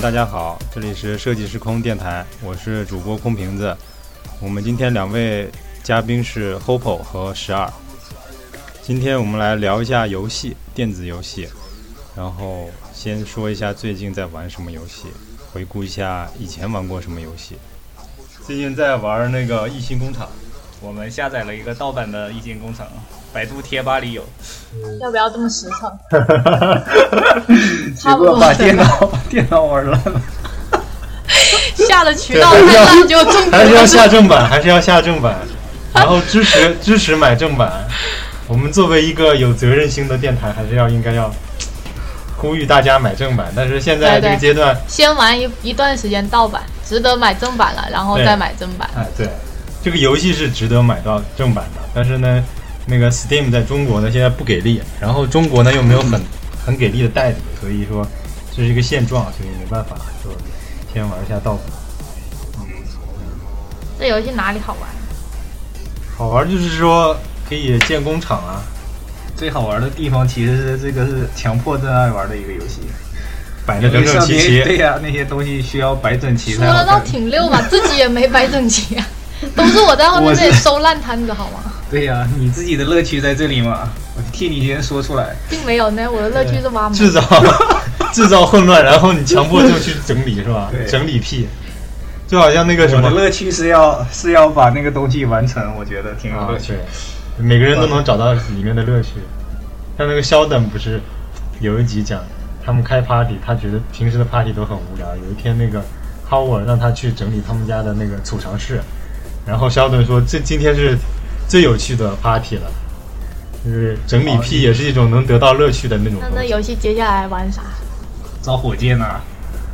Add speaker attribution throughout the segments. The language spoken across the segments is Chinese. Speaker 1: 大家好，这里是设计时空电台，我是主播空瓶子。我们今天两位嘉宾是 Hopo 和十二。今天我们来聊一下游戏，电子游戏，然后先说一下最近在玩什么游戏，回顾一下以前玩过什么游戏。最近在玩那个《异形工厂》，
Speaker 2: 我们下载了一个盗版的《异形 工厂》，百度贴吧里有。
Speaker 3: 要不要这么实诚？
Speaker 1: 结果把电脑电脑玩烂了，
Speaker 3: 下的渠道太烂，就中毒
Speaker 1: 还是
Speaker 3: 了
Speaker 1: 要。下正版，还是要下正版，然后支持支持买正版。我们作为一个有责任心的电台，还是要应该要呼吁大家买正版。但是现在这
Speaker 3: 对
Speaker 1: 个
Speaker 3: 对
Speaker 1: 阶段，
Speaker 3: 先玩一一段时间盗版，值得买正版了，然后
Speaker 1: 对
Speaker 3: 再买正版。
Speaker 1: 哎，对，这个游戏是值得买到正版的，但是呢，那个 Steam 在中国呢现在不给力，然后中国呢又没有 很很给力的代理，所以说这是一个现状，所以没办法，就先玩一下盗版。
Speaker 3: 这游戏哪里好玩？
Speaker 1: 好玩就是说可以建工厂啊，
Speaker 2: 最好玩的地方其实是这个是强迫症爱玩的一个游戏，
Speaker 1: 摆的整整齐
Speaker 2: 因为像那对
Speaker 1: 齐。
Speaker 2: 呀、那些东西需要摆整齐
Speaker 3: 说
Speaker 2: 才好
Speaker 3: 的倒
Speaker 2: 看。
Speaker 3: 挺溜嘛，自己也没摆整齐啊，都是我在后面这里收烂摊子好吗？
Speaker 2: 对呀、你自己的乐趣在这里嘛，我替你先说出来。
Speaker 3: 并没有呢，我的乐趣是挖煤。
Speaker 1: 制造制造混乱，然后你强迫就去整理是吧
Speaker 2: 对？
Speaker 1: 整理屁，就好像那个什
Speaker 2: 我的
Speaker 1: 么
Speaker 2: 乐趣是要是要把那个东西完成，我觉得挺有
Speaker 1: 啊
Speaker 2: 乐趣。，
Speaker 1: 对每个人都能找到里面的乐趣。像那个肖等不是有一集讲他们开 party，他觉得平时的 party 都很无聊。有一天那个 Howard 让他去整理他们家的那个储藏室，然后肖等说这今天是最有趣的 party 了。就是整
Speaker 2: 哦
Speaker 1: 理屁也是一种能得到乐趣的那种
Speaker 3: 那
Speaker 1: 东
Speaker 3: 那
Speaker 1: 西，
Speaker 3: 游戏接下来玩啥？
Speaker 2: 造火箭啊呐、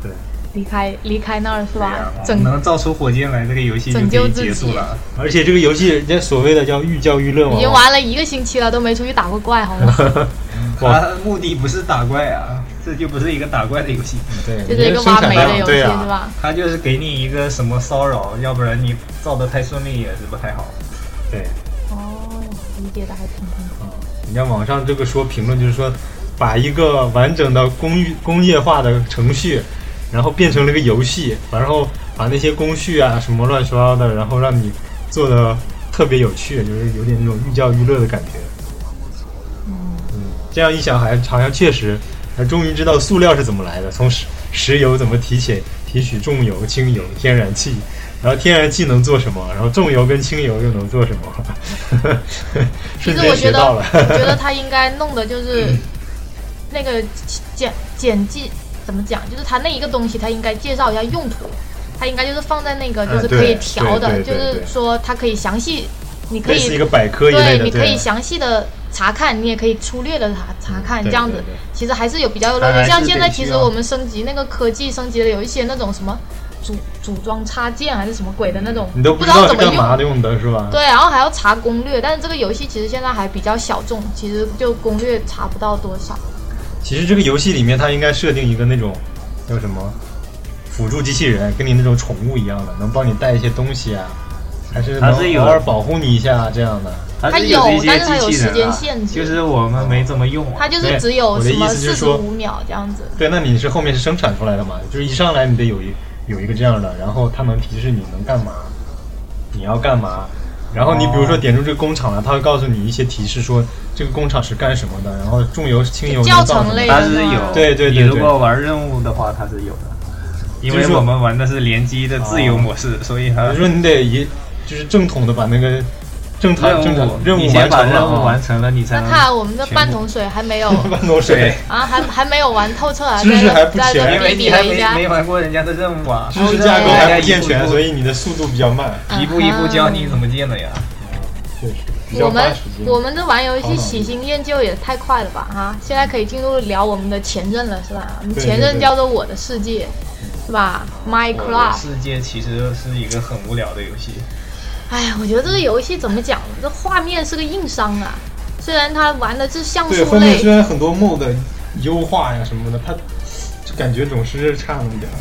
Speaker 1: 对，
Speaker 3: 离开离开那儿是
Speaker 2: 对呀
Speaker 3: 吧？、
Speaker 2: 我们
Speaker 3: 整
Speaker 2: 啊能造出火箭来，这个游戏就
Speaker 3: 拯
Speaker 2: 可
Speaker 3: 救
Speaker 2: 以
Speaker 3: 自己
Speaker 2: 结束了。
Speaker 1: 而且这个游戏人家所谓的叫寓教于乐嘛，
Speaker 3: 已经玩了一个星期了，都没出去打过怪好 吗？
Speaker 1: 哇
Speaker 2: 它目的不是打怪啊，这就不是一个打怪的游戏，
Speaker 1: 对，
Speaker 3: 就是一个挖煤的游戏
Speaker 1: 对
Speaker 3: 是
Speaker 1: 啊，
Speaker 3: 吧？
Speaker 2: 它就是给你一个什么骚扰，要不然你造的太顺利也是不太好。
Speaker 1: 对，
Speaker 3: 哦，理解的还挺通。
Speaker 1: 啊，你看网上这个说评论就是说，把一个完整的工业工业化的程序，然后变成了一个游戏，然后把那些工序啊什么乱七八糟的，然后让你做的特别有趣，就是有点那种寓教于乐的感觉。嗯，这样一想还好像确实，还终于知道塑料是怎么来的，从石石油怎么提取提取重油、轻油、天然气，然后天然气能做什么，然后重油跟轻油又能做什么，
Speaker 3: 其
Speaker 1: 瞬
Speaker 3: 实
Speaker 1: 间
Speaker 3: 我觉
Speaker 1: 学
Speaker 3: 得，
Speaker 1: 到了。嗯
Speaker 3: 我觉得他应该弄的就是那个简简介怎么讲，就是他那一个东西，他应该介绍一下用途，他应该就是放在那个
Speaker 1: 嗯
Speaker 3: 就是可以
Speaker 1: 对
Speaker 3: 调的，
Speaker 1: 对对
Speaker 3: 就
Speaker 1: 对
Speaker 3: 是
Speaker 1: 对
Speaker 3: 说它可以详细，你可
Speaker 1: 类似一
Speaker 3: 以
Speaker 1: 个百科一类
Speaker 3: 对，
Speaker 1: 的，
Speaker 3: 你可以
Speaker 1: 对
Speaker 3: 详细的查看，你也可以粗略的查查看，
Speaker 1: 嗯对
Speaker 3: 这样子
Speaker 1: 对对
Speaker 3: 其实还是有比较有
Speaker 2: 当
Speaker 3: 乐
Speaker 2: 然是
Speaker 3: 趣。像现在
Speaker 2: 得需
Speaker 3: 其实
Speaker 2: 要
Speaker 3: 我们升级那个科技升级了，有一些那种什么组组装插件还是什么鬼的那种，
Speaker 1: 嗯你都
Speaker 3: 不
Speaker 1: 不
Speaker 3: 知道
Speaker 1: 是
Speaker 3: 怎么
Speaker 1: 干
Speaker 3: 用
Speaker 1: 嘛。的用的是吧？
Speaker 3: 对，然后还要查攻略，但是这个游戏其实现在还比较小众，其实就攻略查不到多少。
Speaker 1: 其实这个游戏里面它应该设定一个那种叫什么辅助机器人，跟你那种宠物一样的，能帮你带一些东西啊，还是能
Speaker 2: 它是有
Speaker 1: 偶尔保护你一下、啊、这样的。
Speaker 2: 它
Speaker 3: 它
Speaker 2: 是
Speaker 3: 有
Speaker 2: 这些
Speaker 3: 但是它有
Speaker 2: 机器人
Speaker 3: 时间
Speaker 2: 啊
Speaker 3: 限制
Speaker 2: 就是我们没怎么用啊、
Speaker 3: 它就是
Speaker 1: 对
Speaker 3: 只有
Speaker 1: 我的
Speaker 3: 什么
Speaker 1: 意思就
Speaker 3: 四
Speaker 1: 是
Speaker 3: 十
Speaker 1: 说
Speaker 3: 五秒这样子，
Speaker 1: 对，那你是后面是生产出来的嘛？就是一上来你得有一有一个这样的，然后它能提示你能干嘛，你要干嘛。然后你比如说
Speaker 2: 哦
Speaker 1: 点入这个工厂了，啊它会告诉你一些提示，说这个工厂是干什么的，然后重油、轻油
Speaker 3: 教
Speaker 1: 能造
Speaker 3: 程
Speaker 1: 什么
Speaker 3: 类
Speaker 2: 它
Speaker 3: 的
Speaker 2: 是有
Speaker 3: 嘛，
Speaker 1: 对对对对
Speaker 2: 你如果玩任务的话，它是有的，因
Speaker 1: 就是
Speaker 2: 为
Speaker 1: 说
Speaker 2: 我们玩的是联机的自由模式，所以它
Speaker 1: 比如说你得一就是正统的把那个正常正常任
Speaker 2: 你
Speaker 1: 务
Speaker 2: 先
Speaker 1: 完
Speaker 2: 把
Speaker 1: 成
Speaker 2: 任务
Speaker 1: 了
Speaker 2: 完
Speaker 1: 啊，
Speaker 2: 成了，你才
Speaker 3: 那
Speaker 2: 能
Speaker 3: 看来我们这
Speaker 2: 全部
Speaker 3: 半桶水还没有
Speaker 1: 半桶水
Speaker 2: 对，
Speaker 3: 啊，还还没有玩透彻啊，
Speaker 1: 知识还
Speaker 3: 在
Speaker 1: 不
Speaker 3: 这在
Speaker 1: 全
Speaker 3: 这
Speaker 2: 因为你
Speaker 3: 比比
Speaker 2: 还
Speaker 3: 了一
Speaker 2: 没
Speaker 3: 下
Speaker 2: 没。玩过人家的任务啊，
Speaker 1: 知识架构还不健全，所
Speaker 2: 以
Speaker 1: 以你的速度比较慢。
Speaker 2: 一步一步教你怎么建的呀。
Speaker 1: 对，比较
Speaker 3: 我
Speaker 1: 花
Speaker 3: 们
Speaker 1: 时间。
Speaker 3: 我们这玩游
Speaker 1: 头脑
Speaker 3: 戏
Speaker 1: 力
Speaker 3: 喜新厌旧也太快了吧哈、现在可以进入聊我们的前任了是吧？我们
Speaker 1: 对
Speaker 3: 前
Speaker 1: 对
Speaker 3: 任
Speaker 1: 对
Speaker 3: 叫做《我的世界》，是吧
Speaker 2: 我
Speaker 3: ？My
Speaker 2: 的
Speaker 3: Club。
Speaker 2: 世界其实是一个很无聊的游戏，
Speaker 3: 哎呀，我觉得这个游戏怎么讲呢？这画面是个硬伤啊。虽然它玩的是像
Speaker 1: 对
Speaker 3: 素
Speaker 1: 后面
Speaker 3: 类
Speaker 1: 虽，然很多 mod 优化呀什么的，它就感觉总是差那么点儿。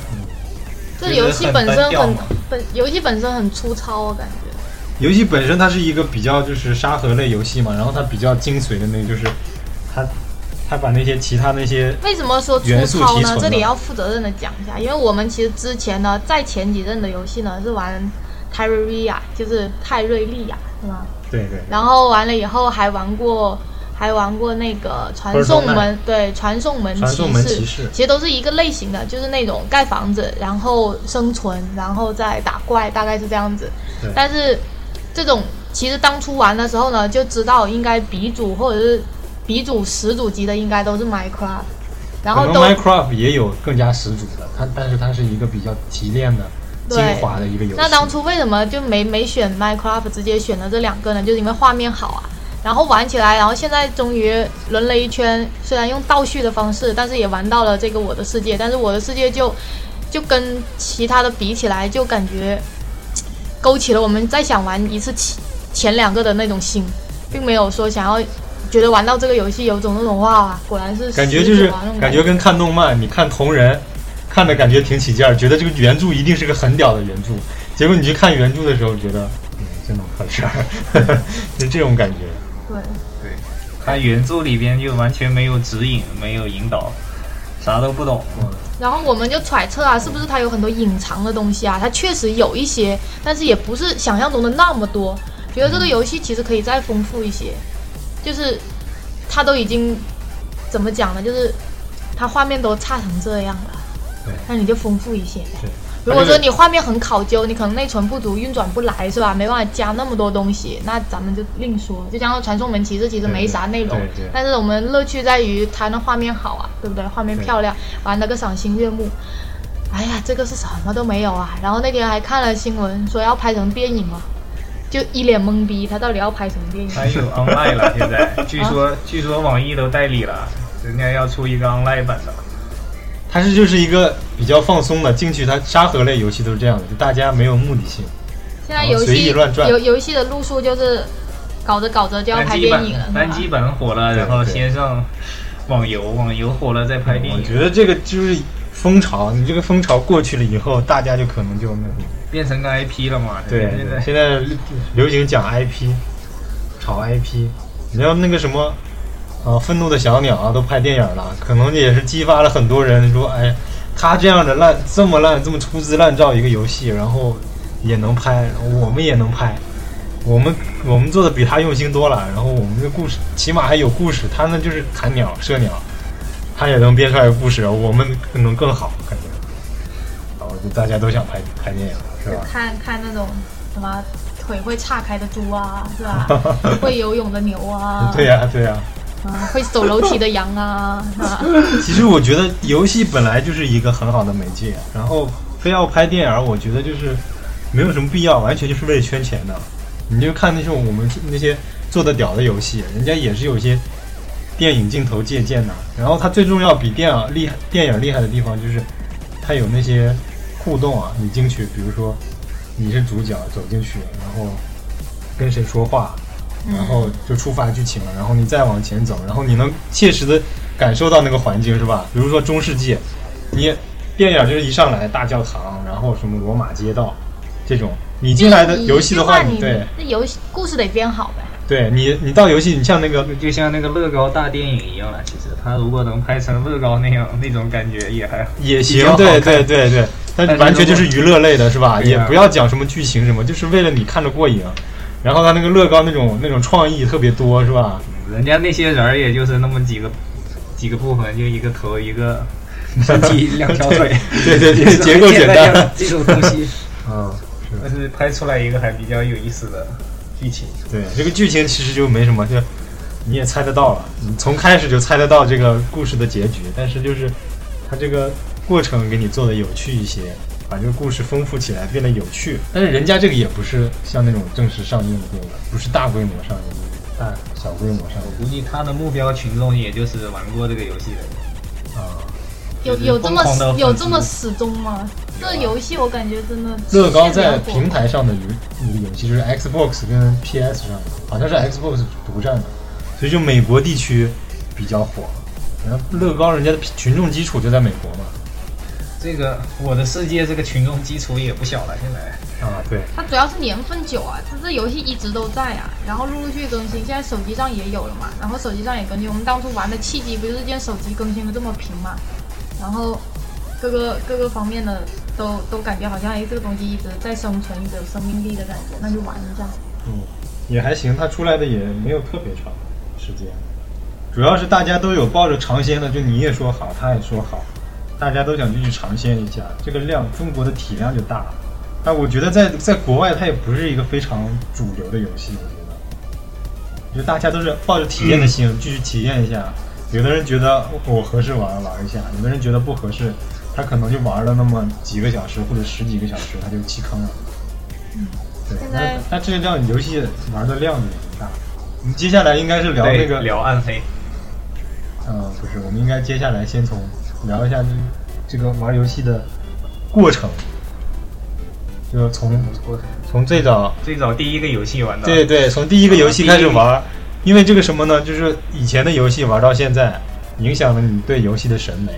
Speaker 3: 这游戏本
Speaker 2: 就
Speaker 3: 身
Speaker 2: 是很单调
Speaker 3: 很
Speaker 2: 嘛
Speaker 3: 本，游戏本身很粗糙，我感觉。
Speaker 1: 游戏本身它是一个比较就是沙盒类游戏嘛，然后它比较精髓的那个就是它他把那些其他那些
Speaker 3: 为什么说粗
Speaker 1: 元素
Speaker 3: 糙
Speaker 1: 提
Speaker 3: 呢？
Speaker 2: 啊
Speaker 1: 纯
Speaker 3: 这里
Speaker 1: 了
Speaker 3: 要负责任的讲一下，因为我们其实之前呢，在前几任的游戏呢是玩泰瑞利亚，就是泰瑞利亚，是吗？
Speaker 1: 对对
Speaker 3: 然后完了以后还玩过，还玩过那个传送门，对，传送门骑士，
Speaker 1: 传送门骑士
Speaker 3: 其实都是一个类型的，就是那种盖房子，然后生存，然后再打怪，大概是这样子
Speaker 1: 对。
Speaker 3: 但是这种其实当初玩的时候呢，就知道应该鼻祖或者是鼻祖始祖级的应该都是 Minecraft，然后
Speaker 1: 可
Speaker 3: 都
Speaker 1: 能 Minecraft 也有更加始祖的，它但是它是一个比较提炼的、精
Speaker 3: 对
Speaker 1: 华的一个游戏。
Speaker 3: 那当初为什么就没没选 Minecraft，直接选了这两个呢？就是因为画面好啊，然后玩起来，然后现在终于轮了一圈，虽然用倒叙的方式，但是也玩到了这个我的世界，但是我的世界就就跟其他的比起来，就感觉嘖勾起了我们再想玩一次前前两个的那种心，并没有说想要觉得玩到这个游戏有种那种哇，果然是
Speaker 1: 感觉
Speaker 3: 始
Speaker 1: 就
Speaker 3: 祖
Speaker 1: 是
Speaker 3: 啊那种
Speaker 1: 感觉跟看动漫，你看同人，看的感觉挺起劲儿，觉得这个原著一定是个很屌的原著。结果你去看原著的时候，觉得嗯，真的可事儿， 是这种感觉。
Speaker 3: 对。
Speaker 2: 对，他原著里边就完全没有指引，没有引导，啥都不懂。
Speaker 3: 然后我们就揣测啊，是不是它有很多隐藏的东西啊？它确实有一些，但是也不是想象中的那么多。觉得这个游戏其实可以再丰富一些，就是它都已经怎么讲呢？就是它画面都差成这样了
Speaker 1: 对，
Speaker 3: 那你就丰富一些呗。
Speaker 1: 对，
Speaker 3: 如果说你画面很考究，你可能内存不足，运转不来是吧？没办法加那么多东西，那咱们就另说。就像传送门骑士其实没啥内容
Speaker 1: 对对对，
Speaker 3: 但是我们乐趣在于它那画面好啊，对不对？画面
Speaker 1: 对
Speaker 3: 漂亮，玩的个赏心悦目。哎呀，这个是什么都没有啊！然后那天还看了新闻说要拍成电影了，就一脸懵逼，他到底要拍什么电影？
Speaker 1: 啊
Speaker 2: 他 有 online 了，现在据说、据说网易都代理了，人家要出一个 online 版的。
Speaker 1: 它是就是一个比较放松的，进去它沙盒类游戏都是这样的，就大家没有目的性。
Speaker 3: 现在游
Speaker 1: 随意
Speaker 3: 戏
Speaker 1: 乱转
Speaker 3: 游游戏的路数就是搞着搞着就要
Speaker 2: 单
Speaker 3: 拍
Speaker 2: 机
Speaker 3: 电
Speaker 2: 版
Speaker 3: 影了，是吧
Speaker 2: 单机版火了，
Speaker 1: 对
Speaker 2: 然后
Speaker 1: 对嗯
Speaker 2: 先上网游，网游火了再拍电
Speaker 1: 我
Speaker 2: 影，
Speaker 1: 觉得这个就是风潮，你这个风潮过去了以后，大家就可能就那个
Speaker 2: 变成个 IP 了嘛。
Speaker 1: 对
Speaker 2: 现，在
Speaker 1: 现在流行讲 IP，炒 IP。你要那个什么，啊，愤怒的小鸟啊，都拍电影了，可能也是激发了很多人说，哎，他这样的烂，这么烂，这么粗制滥造一个游戏，然后也能拍，我们也能拍，我们我们做的比他用心多了，然后我们的故事起码还有故事，他那就是弹鸟射鸟，他也能编出来个故事，我们可能更好感觉。然后就大家都想拍拍电影，是吧？
Speaker 3: 看看那种什么腿会岔开的猪啊，是吧？会游泳的牛啊，
Speaker 1: 对呀、对呀、
Speaker 3: 啊会走楼梯的羊啊，是吧？
Speaker 1: 其实我觉得游戏本来就是一个很好的媒介，然后非要拍电影，我觉得就是没有什么必要，完全就是为了圈钱的。你就看那种我们那些做的屌的游戏，人家也是有一些电影镜头借鉴的。然后它最重要比电影厉害，电影厉害的地方就是它有那些互动啊，你进去，比如说你是主角走进去，然后跟谁说话，然后就触发剧情了，然后你再往前走，然后你能切实的感受到那个环境是吧？比如说中世纪，你电影就是一上来大教堂，然后什么罗马街道这种，你进来的游戏的话，
Speaker 3: 你
Speaker 1: 你对
Speaker 3: 这游戏故事得编好呗。
Speaker 1: 对你你到游戏，你像那个
Speaker 2: 就像那个乐高大电影一样了。其实他如果能拍成乐高那样 那种感觉也还
Speaker 1: 也
Speaker 2: 比
Speaker 1: 行
Speaker 2: 较好，
Speaker 1: 对
Speaker 2: 看
Speaker 1: 对对对，它
Speaker 2: 但是
Speaker 1: 完全
Speaker 2: 如果
Speaker 1: 就是娱乐类的，是吧？
Speaker 2: 对
Speaker 1: 也
Speaker 2: 啊
Speaker 1: 不要讲什么剧情什么，就是为了你看着过瘾。然后它那个乐高那种那种创意特别多，是吧？
Speaker 2: 人家那些人儿也就是那么几个几个部分，就一个头一 个身体两条腿，
Speaker 1: 对对对
Speaker 2: 就是
Speaker 1: 结构
Speaker 2: 很简
Speaker 1: 简单
Speaker 2: 单，这种东西，
Speaker 1: 嗯，
Speaker 2: 但是拍出来一个还比较有意思的剧情。
Speaker 1: 对，这个剧情其实就没什么，就你也猜得到了，你从开始就猜得到这个故事的结局，但是就是它这个过程给你做的有趣一些，把这个故事丰富起来，变得有趣。但是人家这个也不是像那种正式上映的电影，不是大规模上映的，大小规模上
Speaker 2: 我估
Speaker 1: 映
Speaker 2: 计他的目标群众也就是玩过这个游戏的人。
Speaker 1: 啊。
Speaker 3: 有
Speaker 2: 就是
Speaker 3: 有这么
Speaker 2: 疯狂地
Speaker 3: 有
Speaker 2: 粉丝
Speaker 3: 这么始终吗？这游戏我感觉真的
Speaker 1: 乐高在
Speaker 3: 欠
Speaker 1: 平
Speaker 3: 良火
Speaker 1: 台上的游一个游戏就是 Xbox 跟 PS 上的，好像是 Xbox 独占的，所以就美国地区比较火。然后乐高人家的群众基础就在美国嘛，
Speaker 2: 这个我的世界这个群众基础也不小了，现在。
Speaker 1: 啊，对，
Speaker 3: 它主要是年份久啊，它这游戏一直都在啊，然后陆陆续续更新，现在手机上也有了嘛，然后手机上也更新。我们当初玩的契机不就是见手机更新的这么频嘛，然后各个各个方面的都都感觉好像哎这个东西一直在生存，一直有生命力的感觉，那就玩一下。
Speaker 1: 嗯，也还行，它出来的也没有特别长时间，主要是大家都有抱着尝鲜的，就你也说好，他也说好，大家都想进去尝鲜一下，这个量中国的体量就大了。但我觉得在在国外它也不是一个非常主流的游戏，我觉得，就大家都是抱着体验的心继续体验一下。有的人觉得哎我合适玩玩一下，有的人觉得不合适，他可能就玩了那么几个小时或者十几个小时，他就弃坑了。对，
Speaker 3: 嗯现在
Speaker 1: 那那这量游戏玩的量也挺大。我们接下来应该是聊那个
Speaker 2: 对，聊暗黑，
Speaker 1: 嗯，不是，我们应该接下来先从聊一下这这个玩游戏的过程，就从从最早
Speaker 2: 最早第一个游戏玩的，
Speaker 1: 对对，从第一个游戏开始玩，因为这个什么呢？就是以前的游戏玩到现在，影响了你对游戏的审美，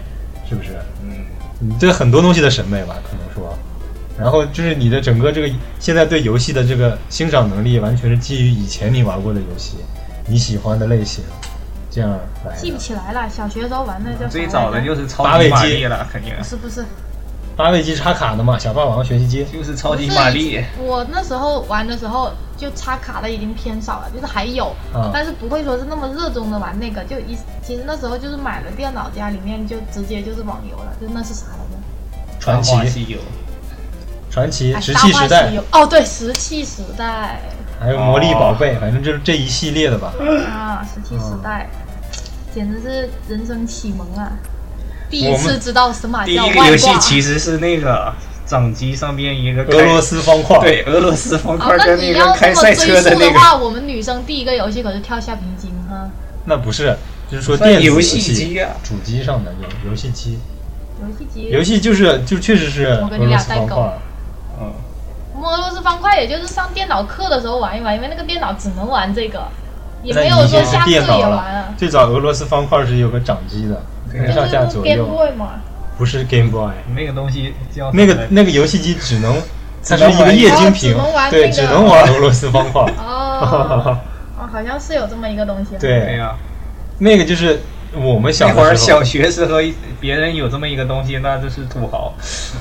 Speaker 1: 是不是？
Speaker 2: 嗯，
Speaker 1: 你对很多东西的审美吧，可能说，然后就是你的整个这个现在对游戏的这个欣赏能力，完全是基于以前你玩过的游戏，你喜欢的类型，这样来
Speaker 3: 记不
Speaker 1: 的。
Speaker 3: 起来了，小学时候玩的叫啥
Speaker 2: 最
Speaker 3: 来
Speaker 2: 早的
Speaker 3: 着
Speaker 2: 就是超
Speaker 1: 八
Speaker 2: 级
Speaker 1: 位
Speaker 2: 玛
Speaker 1: 机
Speaker 2: 丽了，肯定
Speaker 3: 不是不是
Speaker 1: 八位机插卡的嘛，小霸王、学习机，
Speaker 2: 就是超级玛丽。
Speaker 3: 不是我那时候玩的时候就插卡的已经偏少了，就是还有，
Speaker 2: 嗯
Speaker 1: 啊
Speaker 3: 但是不会说是那么热衷的玩那个。就一其实那时候就是买了电脑，家里面就直接就是网游了，就那是啥来着？
Speaker 1: 传奇
Speaker 2: 大话西游，
Speaker 1: 传奇、
Speaker 3: 哎
Speaker 1: 石
Speaker 3: 大
Speaker 1: 器
Speaker 3: 话
Speaker 1: 时
Speaker 3: 西
Speaker 1: 代，
Speaker 3: 游哦，对，石器时代
Speaker 1: 还有魔力宝
Speaker 2: 哦
Speaker 1: 贝，反正就是这一系列的吧。
Speaker 3: 啊，石器时代，简直是人生启蒙啊！第一
Speaker 1: 我
Speaker 3: 次
Speaker 1: 们
Speaker 3: 知道什么
Speaker 2: 第
Speaker 3: 叫
Speaker 2: 一个
Speaker 3: 外挂。
Speaker 2: 游戏其实是那个掌机上边一个
Speaker 1: 俄罗
Speaker 2: 斯
Speaker 1: 斯方块，
Speaker 2: 对俄罗斯方
Speaker 3: 啊
Speaker 2: 块，
Speaker 3: 那
Speaker 2: 跟
Speaker 3: 你
Speaker 2: 那个
Speaker 3: 哦要
Speaker 2: 开
Speaker 3: 这
Speaker 2: 赛
Speaker 3: 么
Speaker 2: 车
Speaker 3: 追
Speaker 2: 的
Speaker 3: 溯
Speaker 2: 那
Speaker 3: 的
Speaker 2: 个
Speaker 3: 话，我们女生第一个游戏可是跳橡皮筋哈，
Speaker 1: 那不是，就是说
Speaker 2: 算
Speaker 1: 电子
Speaker 2: 游戏
Speaker 1: 戏
Speaker 2: 机啊
Speaker 1: 主机上的游游戏机，
Speaker 3: 游戏机。
Speaker 1: 游戏就是就确实是
Speaker 3: 我
Speaker 1: 俄
Speaker 3: 跟你俩
Speaker 1: 罗斯
Speaker 3: 代
Speaker 1: 方
Speaker 3: 沟
Speaker 1: 块。
Speaker 2: 嗯，
Speaker 3: 我们俄罗斯方块，也就是上电脑课的时候玩一玩，因为那个电脑只能玩这个，也
Speaker 1: 那
Speaker 3: 没
Speaker 1: 已
Speaker 3: 有
Speaker 1: 经
Speaker 3: 说
Speaker 1: 是
Speaker 3: 下课也
Speaker 1: 电脑
Speaker 3: 玩
Speaker 1: 了
Speaker 3: 啊。。
Speaker 1: 最早俄罗斯方块是有个掌机的，
Speaker 2: 对
Speaker 1: 上下左
Speaker 3: Game
Speaker 1: 右，
Speaker 3: Boy 嘛，
Speaker 1: 不是 Game Boy。
Speaker 2: 那个东西叫
Speaker 1: 那
Speaker 2: 什么
Speaker 1: 个
Speaker 2: 来着
Speaker 1: 那个游戏机只能，它
Speaker 2: 只
Speaker 1: 是
Speaker 2: 能
Speaker 1: 一个
Speaker 2: 玩
Speaker 1: 液晶
Speaker 3: 只
Speaker 1: 屏
Speaker 3: 能玩，那
Speaker 1: 对，
Speaker 3: 个
Speaker 1: 只能玩俄罗斯方块。
Speaker 3: 哦，哦，好像是有这么一个东西。，啊
Speaker 2: 对
Speaker 1: 对，
Speaker 2: 呀，
Speaker 1: 那个就是我们小
Speaker 2: 那会儿
Speaker 1: 的时候
Speaker 2: 小，学时候，别人有这么一个东西，那就是土豪，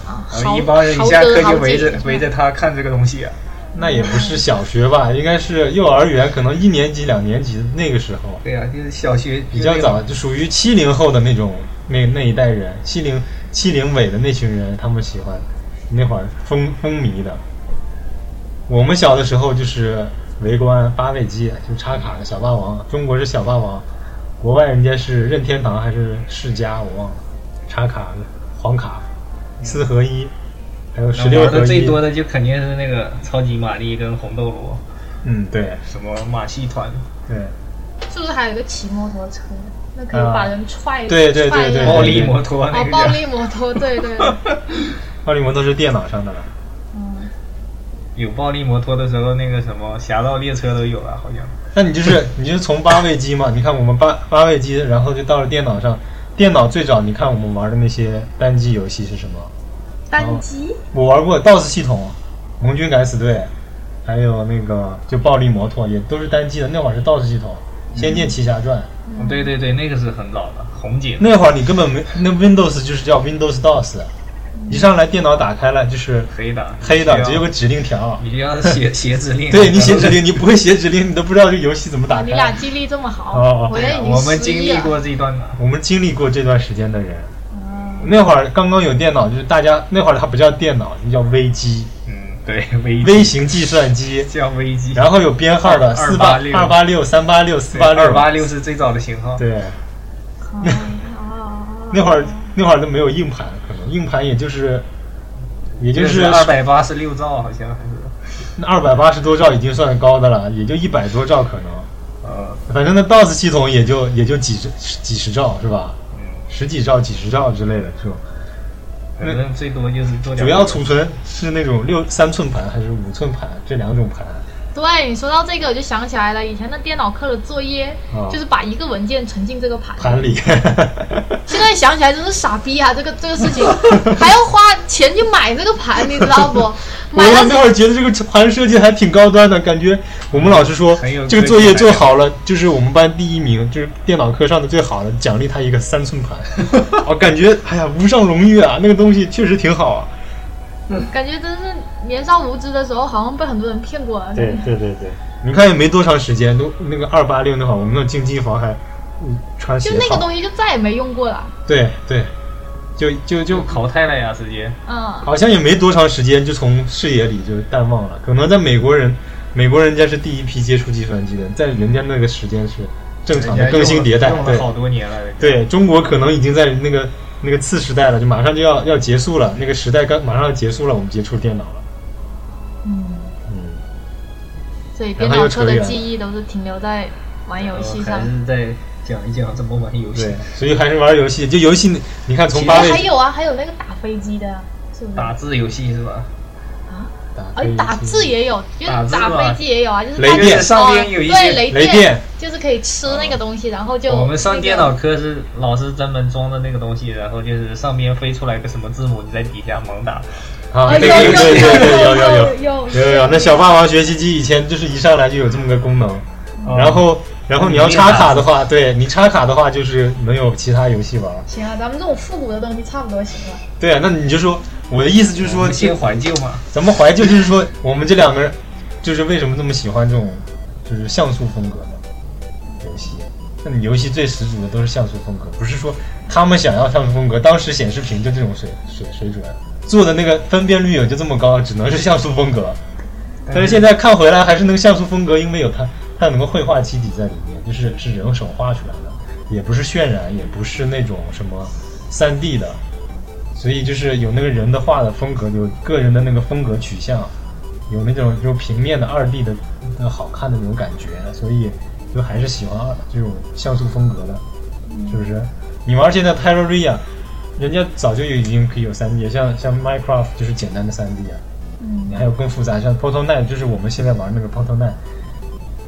Speaker 3: 啊，
Speaker 2: 然后
Speaker 3: 豪
Speaker 2: 一帮人一
Speaker 3: 豪
Speaker 2: 下课
Speaker 3: 哥
Speaker 2: 就
Speaker 3: 豪
Speaker 2: 围
Speaker 3: 姐
Speaker 2: 着围着他看这个东西啊。
Speaker 1: 那也不是小学吧， 应该是幼儿园，可能一年级、两年级的那个时候，
Speaker 2: 对呀，啊就是小学
Speaker 1: 比较早，，就属于七零后的那种那那一代人，七零七零尾的那群人，他们喜欢那会儿风风靡的。我们小的时候就是围观八位机，就插卡的小霸王，中国是小霸王，国外人家是任天堂还是世嘉，我忘了，插卡的黄卡，四合一，还有
Speaker 2: 那
Speaker 1: 十六
Speaker 2: 玩
Speaker 1: 合
Speaker 2: 的
Speaker 1: 一，
Speaker 2: 最多的就肯定是那个超级玛丽跟红斗罗，
Speaker 1: 嗯，对
Speaker 2: 什么马戏团。
Speaker 1: 对，
Speaker 3: 是不是还有一个骑摩托车？那可以把人踹，
Speaker 1: 对对对
Speaker 3: 踹
Speaker 1: 对
Speaker 3: 人
Speaker 2: 啊暴力摩托那
Speaker 3: 哦
Speaker 2: 个，
Speaker 3: 暴力摩托，对对，
Speaker 1: 奥利摩托是电脑上的了。
Speaker 3: 嗯，
Speaker 2: 有暴力摩托的时候，那个什么侠盗猎车都有了，好像。
Speaker 1: 那你就是你就是从八位机嘛？你看我们八八位机，然后就到了电脑上。电脑最早你看我们玩的那些单机游戏是什么？
Speaker 3: 单机
Speaker 1: 我玩过 DOS 系统、盟军敢死队，还有那个就暴力摩托，也都是单机的。那会儿是 DOS 系统，《仙剑奇侠传》
Speaker 2: 对对对，那个是很早的红警。
Speaker 1: 那会儿你根本没那 Windows 就是叫 Windows DOS，一上来电脑打开了就是
Speaker 2: 黑的，
Speaker 1: 黑的，只
Speaker 2: 只
Speaker 1: 有个指令条。
Speaker 2: 你就要 写写指令。
Speaker 1: 对你写指令，你不会写指令，你都不知道这游戏怎么打
Speaker 3: 啊，
Speaker 1: 开。
Speaker 3: 你俩记忆力这么好
Speaker 1: 哦，
Speaker 3: 我也已经
Speaker 2: 我们
Speaker 3: 失
Speaker 2: 经
Speaker 3: 忆
Speaker 2: 历
Speaker 3: 了。哦
Speaker 2: 过这一段的。
Speaker 1: 我们经历过这段时间的人，
Speaker 3: 嗯
Speaker 1: 那会儿刚刚有电脑，就是大家那会儿它不叫电脑，叫微机，
Speaker 2: 嗯，对，危
Speaker 1: 微型计算机，
Speaker 2: 叫危机。
Speaker 1: 然后有编号的四八
Speaker 2: 286
Speaker 1: 二八六、三八六、四八
Speaker 2: 二
Speaker 1: 六、
Speaker 2: 八六是最早的型号。
Speaker 1: 对，
Speaker 3: 哦
Speaker 1: 那会儿那会儿都没有硬盘，可能硬盘也就是也
Speaker 2: 就
Speaker 1: 就是是
Speaker 2: 二百八十六兆，好像还是。
Speaker 1: 二百八十多兆已经算高的了，也就一百多兆可能，
Speaker 2: 呃，
Speaker 1: 反正那 DOS 系统也就也就几十几十兆是吧？
Speaker 2: 嗯，
Speaker 1: 十几兆、几十兆之类的这种。
Speaker 2: 反正最多就是做点。
Speaker 1: 主要储存是那种六三寸盘还是五寸盘这两种盘，
Speaker 3: 对你说到这个，我就想起来了，以前的电脑课的作业、
Speaker 1: 啊
Speaker 3: 就是把一个文件存进这个盘里
Speaker 1: 盘里，
Speaker 3: 现在想起来真是傻逼啊！这个这个事情还要花钱去买这个盘，你知道不？
Speaker 1: 我
Speaker 3: 买了
Speaker 1: 们那会儿觉得这个盘设计还挺高端的，感觉我们老师说
Speaker 2: 很有
Speaker 1: 这个作业做好了，就是我们班第一名，就是电脑课上的最好的，奖励他一个三寸盘。 我感觉哎呀无上荣誉啊，那个东西确实挺好啊。
Speaker 3: 感觉真是年少无知的时候，好像被很多人骗过啊了。
Speaker 1: 对对对对，你看也没多长时间，都那个二八六那会儿，我们那经济房还嗯穿鞋
Speaker 3: 就那个
Speaker 1: 套
Speaker 3: 东西就再也没用过了。
Speaker 1: 对对，就就就
Speaker 2: 就淘汰了呀，直接。
Speaker 3: 嗯，
Speaker 1: 好像也没多长时间，就从视野里就淡忘了。可能在美国人，美国人家是第一批接触计算机的，在人家那个时间是正常的
Speaker 2: 人家
Speaker 1: 更新迭代
Speaker 2: 用，了
Speaker 1: 对
Speaker 2: 好多年了。人家，
Speaker 1: 对。中国可能已经在那个那个次时代了，就马上就要要结束了，那个时代刚马上要结束了，我们接触电脑了。嗯
Speaker 3: 所以
Speaker 1: 然
Speaker 3: 电
Speaker 1: 后
Speaker 3: 脑
Speaker 1: 又扯
Speaker 3: 课的
Speaker 1: 远了
Speaker 3: 记忆都是停留在玩游戏上
Speaker 2: 呃还。是再讲一讲怎么玩游戏
Speaker 1: 对，，所以还是玩游戏。就游戏，你看从
Speaker 2: 其实
Speaker 1: 八
Speaker 3: 哎，
Speaker 1: 位
Speaker 3: 还有啊，还有那个打飞机的啊，是不是？
Speaker 2: 打字游戏是吧？
Speaker 1: 打
Speaker 3: 而且哎打字也有，就是
Speaker 2: 打字
Speaker 3: 打
Speaker 2: 嘛
Speaker 3: 飞机也有啊，就是
Speaker 1: 雷
Speaker 3: 大家
Speaker 1: 电
Speaker 3: 哦
Speaker 2: 上面有一些
Speaker 3: 对雷
Speaker 1: 雷电，嗯
Speaker 3: 就是可以吃那个东西，然后就
Speaker 2: 我们上
Speaker 3: 那个
Speaker 2: 电脑课是老师专门装的那个东西，然后就是上面飞出来个什么字母，你在底下猛打。
Speaker 1: 啊，
Speaker 3: 哎
Speaker 1: 对对
Speaker 3: 有
Speaker 1: 对对对，有有
Speaker 3: 有
Speaker 1: 有。
Speaker 3: 有
Speaker 1: 有有有，那小霸王学习机以前就是一上来就有这么个功能，
Speaker 2: 哦
Speaker 1: 然后然后你要插卡的话，对你插卡的话就是能有其他游戏玩。
Speaker 3: 行啊，咱们这种复古的东西差不多行了。
Speaker 1: 对啊，那你就说我的意思就是
Speaker 2: 我
Speaker 1: 说，
Speaker 2: 们嗯先怀旧嘛，
Speaker 1: 咱们怀旧就是说我们这两个人就是为什么这么喜欢这种就是像素风格的游戏。那你游戏最始祖的都是像素风格，不是说他们想要像素风格，当时显示屏就这种水水水准做的那个分辨率也就这么高，只能是像素风格。
Speaker 2: 嗯
Speaker 1: 但是现在看回来，还是那个像素风格，因为有它它有那个绘画基底在里面，就是是人手画出来的，也不是渲染，也不是那种什么3 D 的，所以就是有那个人的画的风格，有个人的那个风格取向，有那种就平面的2 D 的的好看的那种感觉，所以就还是喜欢二这种像素风格的，是不是？你玩现在 Terraria，人家早就已经可以有3 D，像像 Minecraft 就是简单的3 D 啊。
Speaker 3: 嗯，
Speaker 1: 你还有更复杂，像 Proto Nine，就是我们现在玩那个 Proto Nine，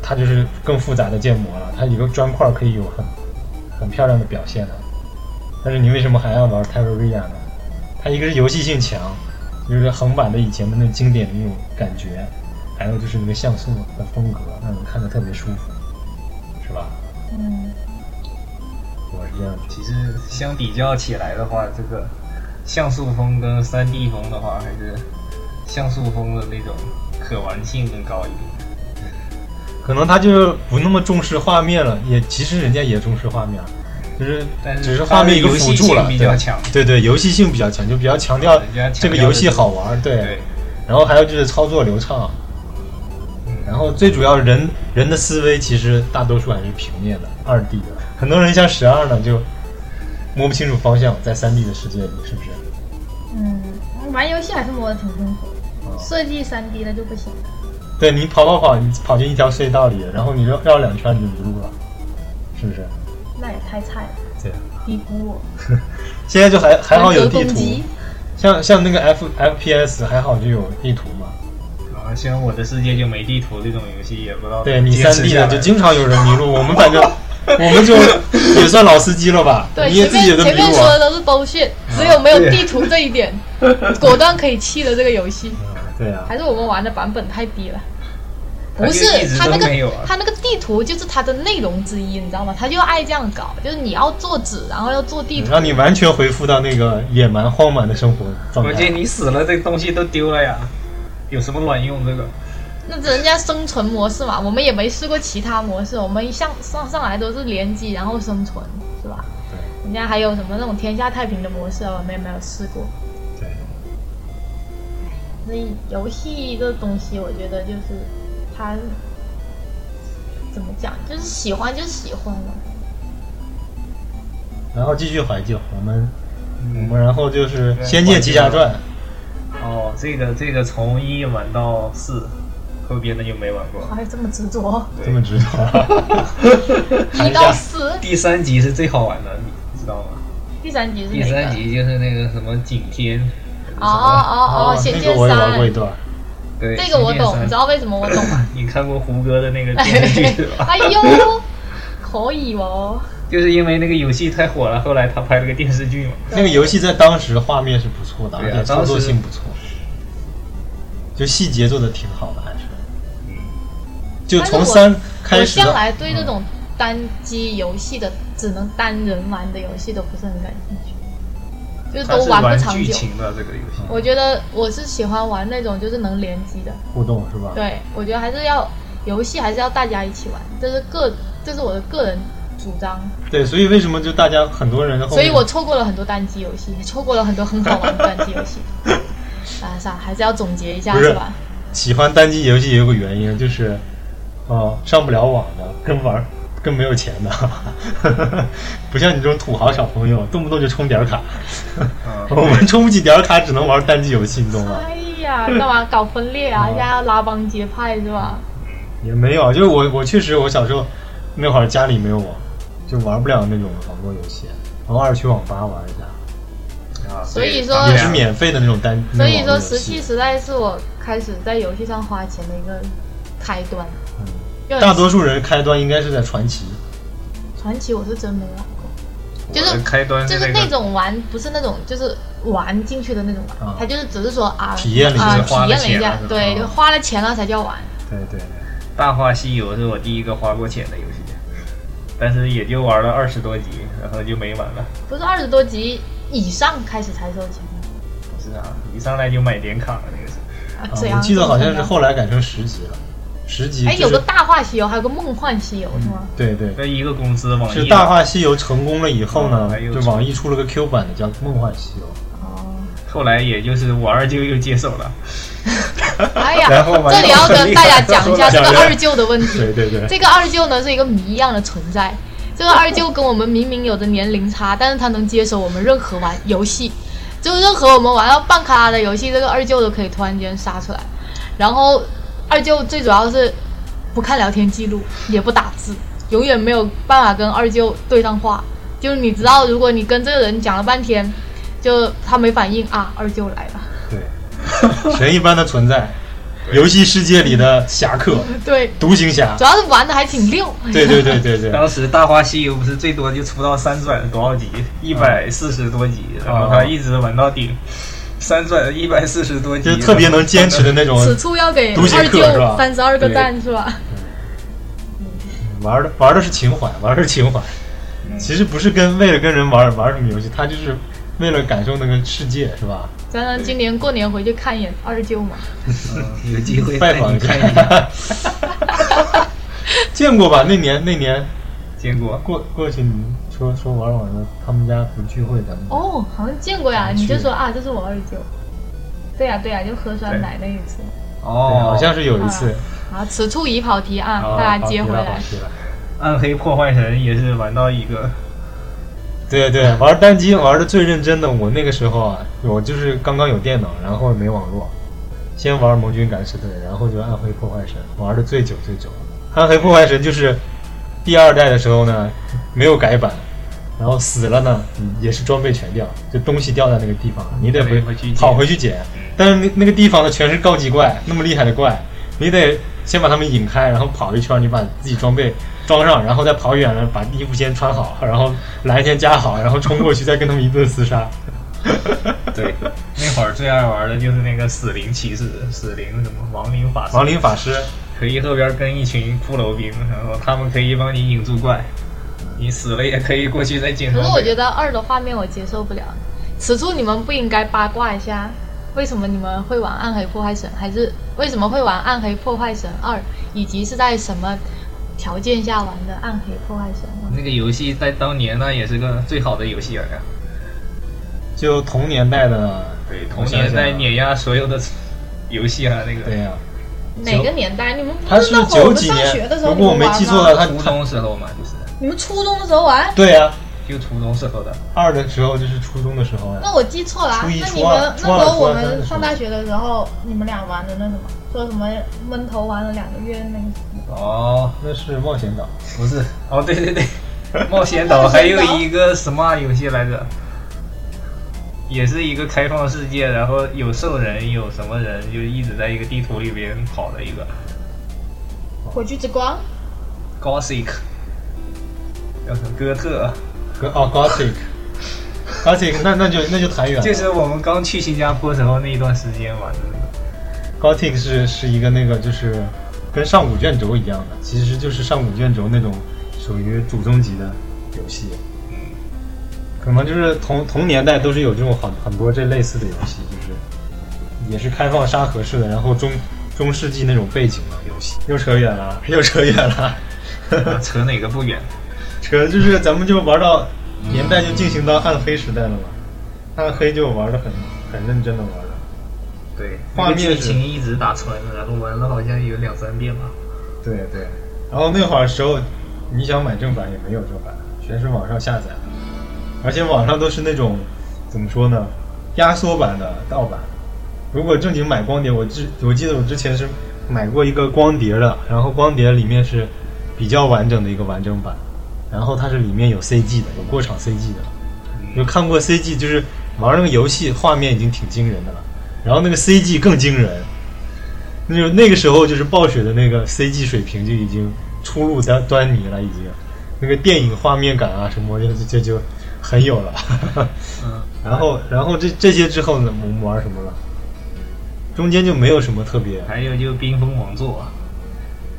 Speaker 1: 它就是更复杂的建模了，它一个砖块可以有很很漂亮的表现的。但是你为什么还要玩 Terraria 呢？它一个是游戏性强，就是横版的以前的那经典的那种感觉，还有就是那个像素的风格，让人看着特别舒服，是吧？
Speaker 3: 嗯，
Speaker 1: 我是这样觉
Speaker 2: 其实相比较起来的话，这个像素风跟三 D 风的话，还是像素风的那种可玩性更高一点。
Speaker 1: 得，可能他就不那么重视画面了，也其实人家也重视画面，就是
Speaker 2: 但是
Speaker 1: 只是画面一个辅助了，
Speaker 2: 它的游戏性比
Speaker 1: 对
Speaker 2: 较强
Speaker 1: 对对，游戏性比较强，就比较强调
Speaker 2: 人家强调
Speaker 1: 这个游戏好玩，
Speaker 2: 对
Speaker 1: 对。，然后还有就是操作流畅，
Speaker 2: 嗯
Speaker 1: 然后最主要人人的思维其实大多数还是平面的、二 D 的，很多人像十二呢就摸不清楚方向，在三 D 的世界里是不是？
Speaker 3: 嗯，玩游戏还是摸得挺清楚，
Speaker 1: 啊
Speaker 3: 设计三 D 的就不行。
Speaker 1: 对你跑跑跑，你跑进一条隧道里，然后你绕绕两圈你就迷路了，是不是？
Speaker 3: 那也太菜了，
Speaker 1: 对，
Speaker 3: 低估我。
Speaker 1: 现在就还还好有地
Speaker 3: 人
Speaker 1: 图
Speaker 3: 格攻击，
Speaker 1: 像像那个 F FPS 还好就有地图嘛。
Speaker 2: 然后像我的世界就没地图这种游戏，也不知道
Speaker 1: 对你
Speaker 2: 哦坚
Speaker 1: 三
Speaker 2: 持
Speaker 1: D
Speaker 2: 下
Speaker 1: 的
Speaker 2: 来
Speaker 1: 就经常有人迷 路，我们反正我们就也算老司机了吧，
Speaker 3: 对，
Speaker 1: 你也
Speaker 3: 前
Speaker 1: 自己也
Speaker 3: 面
Speaker 1: 都
Speaker 3: 前
Speaker 1: 迷
Speaker 3: 面
Speaker 1: 路
Speaker 3: 说的
Speaker 1: 啊。
Speaker 3: 都是 bullshit，只有没有地图这一点， 果断可以弃了这个游戏。
Speaker 1: 嗯对啊，
Speaker 3: 还是我们玩的版本太低了。
Speaker 2: 它就
Speaker 3: 不是
Speaker 2: 一直
Speaker 3: 它那
Speaker 2: 都没有
Speaker 3: 个
Speaker 2: 啊
Speaker 3: 它那个地图就是它的内容之一，你知道吗？它就爱这样搞，就是你要做纸，然后要做地
Speaker 2: 嗯
Speaker 3: 图。
Speaker 1: 让你完全恢复到那个野蛮荒蛮的生活状
Speaker 2: 关
Speaker 1: 态
Speaker 2: 键。你死了，这东西都丢了呀，有什么卵用？这个
Speaker 3: 那人家生存模式嘛，我们也没试过其他模式，我们一上上上来都是联机然后生存，是吧？
Speaker 1: 对
Speaker 3: 人家还有什么那种天下太平的模式啊，我们也没有试过。
Speaker 1: 对，
Speaker 3: 所以游戏这东西，我觉得就是它怎么讲，就是喜欢就喜欢了。
Speaker 1: 然后继续怀旧，我们我
Speaker 2: 嗯
Speaker 1: 们然后就是《仙剑奇侠传》，
Speaker 2: 哦，这个这个从一玩到四，后边的就没玩过。
Speaker 3: 还这么执着，
Speaker 2: 对
Speaker 1: 这么知道。
Speaker 3: 一到四，
Speaker 2: 第三集是最好玩的，你知道吗？
Speaker 3: 第三集是
Speaker 2: 第
Speaker 3: 哪个？
Speaker 2: 三集就是那个什么景天，
Speaker 3: 哦哦哦，仙
Speaker 1: 那个
Speaker 3: 剑
Speaker 1: 我也玩
Speaker 3: 三
Speaker 1: 过一段，
Speaker 2: 对，
Speaker 3: 这个我懂，你
Speaker 2: 你
Speaker 3: 知道为什么我懂 吗？
Speaker 2: 你看过胡歌的那个电视剧对吧？
Speaker 3: 哎呦，可以哦。
Speaker 2: 就是因为那个游戏太火了，后来他拍了个电视剧嘛。
Speaker 1: 那个游戏在当时画面是不错的，
Speaker 2: 对
Speaker 1: 而
Speaker 2: 啊
Speaker 1: 且操
Speaker 2: 当时
Speaker 1: 作性不错，就细节做的挺好的，还是。
Speaker 2: 嗯
Speaker 1: 就从
Speaker 3: 但是我
Speaker 1: 三开
Speaker 3: 我
Speaker 1: 始的，
Speaker 3: 向来对这种单机游戏的、只能单人玩的游戏都不是很感兴趣，就是
Speaker 2: 它
Speaker 3: 都
Speaker 2: 是
Speaker 3: 玩不
Speaker 2: 玩
Speaker 3: 长
Speaker 2: 剧
Speaker 3: 久。
Speaker 2: 情的这个游戏，
Speaker 3: 我觉得我是喜欢玩那种就是能联机的，
Speaker 1: 互动是吧？
Speaker 3: 对我觉得还是要游戏还是要大家一起玩，这是个这是我的个人主张，
Speaker 1: 对所以为什么就大家很多人的后
Speaker 3: 所
Speaker 1: 面，
Speaker 3: 以我错过了很多单机游戏，也错过了很多很好玩的单机游戏。啊，啥还是要总结一下
Speaker 1: 不是
Speaker 3: 吧？
Speaker 1: 喜欢单机游戏也有个原因，就是，哦，上不了网的跟玩跟没有钱的， 不像你这种土豪小朋友，动不动就充点儿卡，
Speaker 2: 嗯，
Speaker 1: 我们充不起点儿卡，只能玩单机游戏，你懂吗？
Speaker 3: 哎呀，干嘛搞分裂啊？
Speaker 1: 嗯
Speaker 3: 人家要拉帮结派是吧？
Speaker 1: 也没有，啊就是我我确实我小时候那会儿家里没有网，就玩不了那种网络游戏，偶尔去网吧玩一下，
Speaker 2: 啊，
Speaker 3: 所以
Speaker 2: 对
Speaker 3: 说
Speaker 2: 他们
Speaker 1: 也
Speaker 2: 俩
Speaker 1: 是免费的那种单。
Speaker 3: 哦所
Speaker 1: 那
Speaker 3: 以
Speaker 1: 种网络
Speaker 3: 说，
Speaker 1: 游
Speaker 3: 石器时代是我开始在游戏上花钱的一个开端。因
Speaker 1: 嗯，
Speaker 3: 为
Speaker 1: 大多数人开端应该是在传奇，
Speaker 3: 传奇我是真没玩过，
Speaker 2: 我
Speaker 3: 就是
Speaker 2: 的开端
Speaker 3: 就是
Speaker 2: 那
Speaker 3: 那
Speaker 2: 个
Speaker 3: 种玩，不是那种就是玩进去的那种玩，
Speaker 1: 啊
Speaker 3: 他就是只是说啊
Speaker 1: 体验了一下
Speaker 3: 啊
Speaker 2: 花
Speaker 3: 体
Speaker 2: 了
Speaker 3: 验了一
Speaker 2: 钱
Speaker 3: 下
Speaker 2: 了是，吧
Speaker 3: 对，就花了钱了才叫玩。
Speaker 1: 对对对，
Speaker 2: 《大话西游》是我第一个花过钱的游戏，但是也就玩了二十多集，然后就没玩了。
Speaker 3: 不是二十多级以上开始才收钱吗
Speaker 2: 不是啊，一上来就买点卡了，那个是。
Speaker 3: 啊，这
Speaker 1: 啊，
Speaker 3: 样
Speaker 1: 我记得好像
Speaker 3: 这
Speaker 1: 是
Speaker 3: 么
Speaker 1: 后来改成十级了，十级、就
Speaker 3: 坑哎
Speaker 1: 是、
Speaker 3: 有个大话西游，还有个梦幻西游是吗？
Speaker 1: 对对。
Speaker 2: 那一个公司网易
Speaker 1: 是《大，话西游》成功了以后
Speaker 2: 嗯
Speaker 1: 呢
Speaker 2: 还，有
Speaker 1: 就网易出了个 Q 版的叫《梦幻 西游
Speaker 3: 哦，
Speaker 2: 后来也就是我二舅又接手了。
Speaker 1: 嗯
Speaker 3: 哎呀，
Speaker 1: 然后玩
Speaker 3: 这里要跟大家讲一下这个
Speaker 1: 讲一下
Speaker 3: 二舅的问》。题。
Speaker 1: 对对对，
Speaker 3: 这个二舅呢是一个谜一样的存在。这个二舅跟我们明明有着年龄差，但是他能接手我们任何玩游戏，就任何我们玩到半卡的游戏，这个二舅都可以突然间杀出来。然后二舅最主要是不看聊天记录，也不打字，永远没有办法跟二舅对上话。就是你知道，如果你跟这个人讲了半天，就他没反应啊，二舅来了。
Speaker 1: 对，神一般的存在，游戏世界里的侠客，
Speaker 3: 对，
Speaker 1: 独行侠
Speaker 3: 主，要是玩的还挺溜。
Speaker 1: 对对对对对，
Speaker 2: 当时《大话西游》不是最多就出到三转多少集，一百四十多集，
Speaker 1: 啊
Speaker 2: 然后他一直玩到顶，三转一百四十多集，
Speaker 1: 就是特别能坚持的那种，
Speaker 3: 此处要给
Speaker 1: 读写
Speaker 3: 二
Speaker 1: 课是吧
Speaker 3: 舅三十二个赞是吧？
Speaker 1: 玩的玩的是情怀，玩的是情怀。
Speaker 2: 嗯
Speaker 1: 其实不是跟为了跟人玩玩什么游戏，他就是为了感受那个世界，是吧？
Speaker 3: 咱咱今年过年回去看一眼二舅嘛。
Speaker 2: 嗯有机会带
Speaker 1: 拜访
Speaker 2: 你
Speaker 1: 一
Speaker 2: 看一下。
Speaker 1: 下，见过吧？那年那年
Speaker 2: 结果
Speaker 1: 过过去，你说说玩网游，他们家不是聚会，咱们
Speaker 3: 哦，好像见过呀，
Speaker 1: 嗯
Speaker 3: 你就是说啊，这是我二舅。对呀对呀，就喝酸奶那一次。
Speaker 1: 对
Speaker 2: 哦，
Speaker 1: 好像是有一次，
Speaker 3: 啊，此处已跑题啊，
Speaker 1: 啊
Speaker 3: 大家接回
Speaker 1: 跑
Speaker 3: 来。
Speaker 1: 题了跑题了
Speaker 2: 暗黑破坏神也是玩到一个，
Speaker 1: 对对，玩单机玩的最认真的，我那个时候啊，我就是刚刚有电脑，然后没网络，先玩盟军敢死队，然后就暗黑破坏神，玩的最久最久。暗黑破坏神就是第二代的时候呢，没有改版，然后死了呢，也是装备全掉，就东西掉在那个地方，你得
Speaker 2: 回去捡
Speaker 1: 跑回去捡。但是那那个地方呢，全是高级怪，那么厉害的怪，你得先把他们引开，然后跑一圈，你把自己装备装上，然后再跑远了，把衣服先穿好，然后蓝先加好，然后冲过去再跟他们一顿厮杀。
Speaker 2: 对， 那会儿最爱玩的就是那个死灵骑士、死灵什么亡灵法师，
Speaker 1: 亡灵法师，
Speaker 2: 可以后边跟一群骷髅兵，然后他们可以帮你引住怪，你死了也可以过去再捡
Speaker 3: 可
Speaker 2: 装备。
Speaker 3: 是我觉得二的画面我接受不了。此处你们不应该八卦一下，为什么你们会玩《暗黑破坏神》，还是为什么会玩《暗黑破坏神二》，以及是在什么条件下玩的《暗黑破坏神》吗？
Speaker 2: 那个游戏在当年那也是个最好的游戏了啊呀，
Speaker 1: 就同年代的，
Speaker 2: 对，
Speaker 1: 我
Speaker 2: 同
Speaker 1: 想
Speaker 2: 年
Speaker 1: 想
Speaker 2: 代
Speaker 1: 啊
Speaker 2: 碾压所有的游戏啊，那
Speaker 1: 对
Speaker 2: 个
Speaker 1: 呀、
Speaker 3: 哪个年代？你们
Speaker 1: 他
Speaker 3: 不
Speaker 1: 是
Speaker 3: 那会儿
Speaker 1: 九
Speaker 3: 我们
Speaker 1: 几
Speaker 3: 上学
Speaker 1: 年
Speaker 3: 的，时候
Speaker 1: 如
Speaker 3: 你
Speaker 1: 果我
Speaker 3: 们
Speaker 1: 没
Speaker 3: 玩
Speaker 1: 记错
Speaker 3: 吗？
Speaker 1: 的话，
Speaker 2: 初
Speaker 1: 他
Speaker 2: 中时候嘛，就是
Speaker 3: 你们初中的时候玩？
Speaker 1: 对啊呀、
Speaker 2: 就初中时候的，
Speaker 1: 二的时候就是初中的时候呀、
Speaker 3: 那我记错了啊、
Speaker 1: 初一
Speaker 3: 那
Speaker 1: 初
Speaker 3: 你
Speaker 1: 二
Speaker 3: 们那
Speaker 1: 初二
Speaker 3: 时
Speaker 1: 初
Speaker 3: 候
Speaker 1: 二
Speaker 3: 我
Speaker 1: 三的时
Speaker 3: 们
Speaker 1: 候
Speaker 3: 上大学的时候，你们俩玩的那什么，说什么闷头玩了两个月那个，
Speaker 2: 哦，
Speaker 1: 那是冒险岛，
Speaker 2: 不是，哦， 对对对，冒险岛还有一个什么游戏来着？也是一个开放世界，然后有兽人，有什么人，就一直在一个地图里边跑的一个
Speaker 3: 火炬之光
Speaker 2: Gothic，叫什么哥特，啊
Speaker 1: 哦，Gothic。Gothic，那那就那就谈远了。
Speaker 2: 就是我们刚去新加坡时候那一段时间玩的那个。
Speaker 1: Gothic 是是一个那个就是跟上古卷轴一样的，其实就是上古卷轴那种属于祖宗级的游戏，
Speaker 2: 嗯，
Speaker 1: 可能就是同同年代都是有这种很很多这类似的游戏，就是也是开放沙盒式的，然后中中世纪那种背景的游 戏。又扯远了，又扯远了，
Speaker 2: 啊扯哪个不远？
Speaker 1: 扯就是咱们就玩到年代就进行到暗黑时代了嘛，暗黑就玩的很很认真的玩了。
Speaker 2: 对，
Speaker 1: 画面是
Speaker 2: 那个剧情一直打穿，然后玩了好像有两三遍吧。
Speaker 1: 对对，然后那会儿时候，你想买正版也没有正版，全是网上下载，而且网上都是那种怎么说呢，压缩版的盗版。如果正经买光碟，我之我记得我之前是买过一个光碟的，然后光碟里面是比较完整的一个完整版，然后它是里面有 CG 的，有过场 CG 的。有看过 CG，就是玩那个游戏画面已经挺惊人的了，然后那个 CG 更惊人，那就那个时候就是暴雪的那个 CG 水平就已经初露端端倪了，已经那个电影画面感啊什么就就就很有了。
Speaker 2: 嗯，
Speaker 1: 然后然后这这些之后呢，我们玩什么了？中间就没有什么特别。
Speaker 2: 还有就是冰封王座，啊